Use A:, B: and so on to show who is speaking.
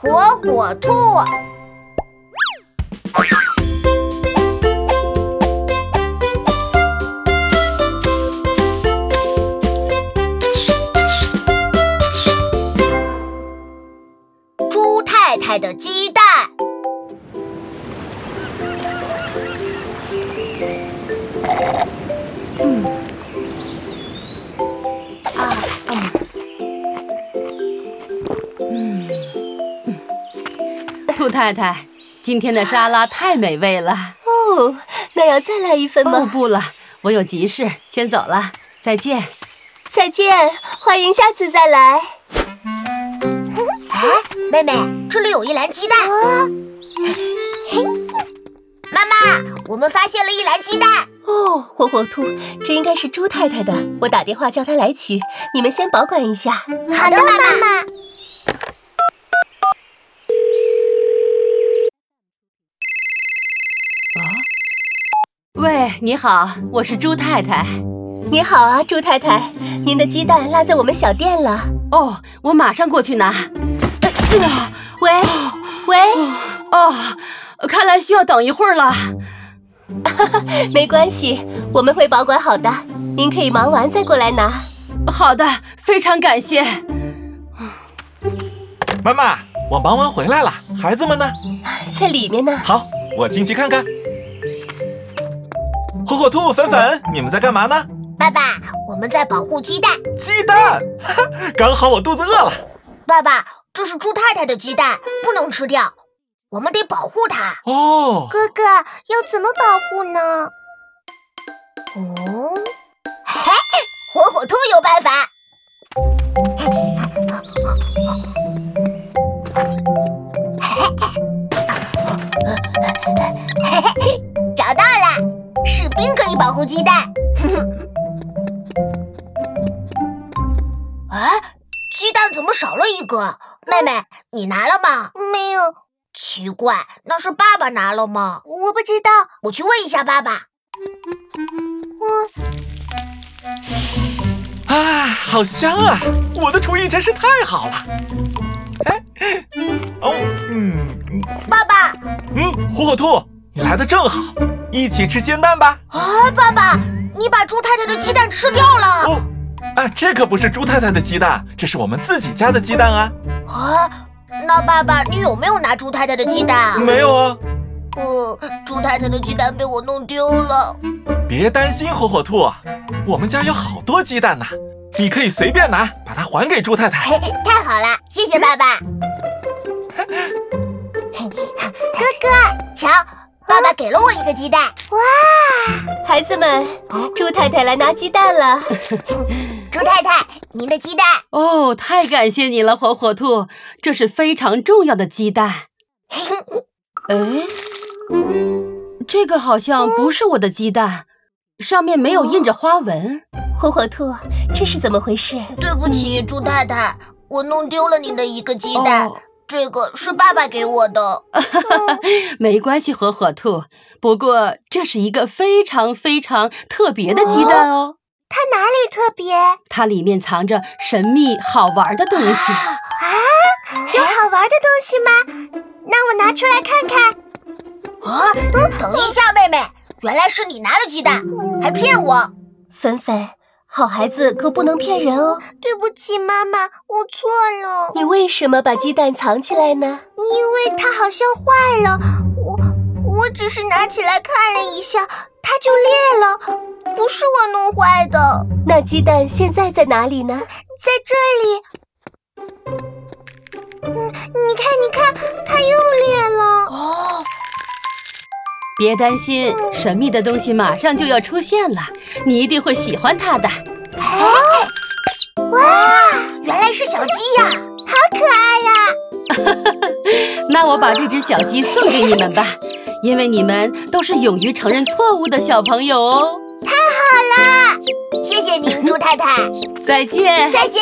A: 火火兔。猪太太的鸡蛋。
B: 兔太太，今天的沙拉太美味了。
C: 哦，那要再来一份
B: 哦，
C: 吗？
B: 不了，我有急事，先走了，再见。
C: 再见，欢迎下次再来。
A: 哎，妹妹，这里有一篮鸡蛋。妈妈，我们发现了一篮鸡蛋。
C: 哦，火火兔，这应该是猪太太的，我打电话叫她来取，你们先保管一下。
A: 好的，妈妈。
B: 喂，你好，我是猪太太。
C: 你好啊，猪太太，您的鸡蛋落在我们小店了。
B: 哦，我马上过去拿。
C: 喂，喂，
B: 哦，看来需要等一会儿了。
C: 没关系，我们会保管好的，您可以忙完再过来拿。
B: 好的，非常感谢。
D: 妈妈，我忙完回来了，孩子们呢？
C: 在里面呢。
D: 好，我进去看看。火火兔、粉粉，你们在干嘛呢？
A: 爸爸，我们在保护鸡蛋。
D: 鸡蛋， 刚好我肚子饿了。
A: 爸爸，这是猪太太的鸡蛋，不能吃掉，我们得保护它。
D: 哦，
A: 哥哥要怎么保护呢？哦，嘿，火火兔有办法。找到了，士兵可以保护鸡蛋。 哎，鸡蛋怎么少了一个？妹妹，你拿了吗？嗯没有。奇怪，那是爸爸拿了吗？我不知道，我去问一下爸爸。
D: 啊，好香啊！我的厨艺真是太好了。哎，哦，嗯
A: 爸爸
D: 嗯，火火兔，你来的正好，一起吃煎蛋吧。
A: 啊，爸爸，你把猪太太的鸡蛋吃掉了
D: 哦，啊，这可不是猪太太的鸡蛋，这是我们自己家的鸡蛋啊。
A: 啊？那爸爸，你有没有拿猪太太的鸡蛋？
D: 没有啊，
A: 嗯，猪太太的鸡蛋被我弄丢了。
D: 别担心，火火兔，我们家有好多鸡蛋呢，你可以随便拿，把它还给猪太太。
A: 嘿，太好了，谢谢爸爸。嘿哥哥，瞧，爸爸给了我一个鸡蛋，
C: 孩子们，猪太太来拿鸡蛋了。
A: 猪太太，您的 鸡蛋。
B: 哦，太感谢你了，火火兔，这是非常重要的鸡蛋。哎，这个好像不是我的鸡蛋，上面没有印着花纹。
C: 火火兔，这是怎么回事？
A: 对不起，猪太太，我弄丢了你的一个鸡蛋，
B: 哦
A: 这个是爸爸给我的。
B: 没关系，火火兔。不过这是一个非常非常特别的鸡蛋哦，
A: 它哪里特别？有
B: 它里面藏着神秘好玩的东西。
A: 好玩的东西吗？那我拿出来看看。啊，等一下，妹妹，原来是你拿了鸡蛋，还骗我。
C: 粉粉，好孩子可不能骗人哦。
A: 对不起，妈妈，我错了，
C: 你为什么把鸡蛋藏起来呢？
A: 因为它好像坏了，我我只是拿起来看了一下，它就裂了，不是我弄坏的，
C: 那鸡蛋现在在哪里呢？
A: 在这里。嗯，你看，你看，它又裂了。哦，
B: 别担心，神秘的东西马上就要出现了，你一定会喜欢它的。
A: 原来是小鸡呀！
B: 那我把这只小鸡送给你们吧，因为你们都是勇于承认错误的小朋友哦。
A: 谢谢您，猪太太，
B: 再见。
A: 再见。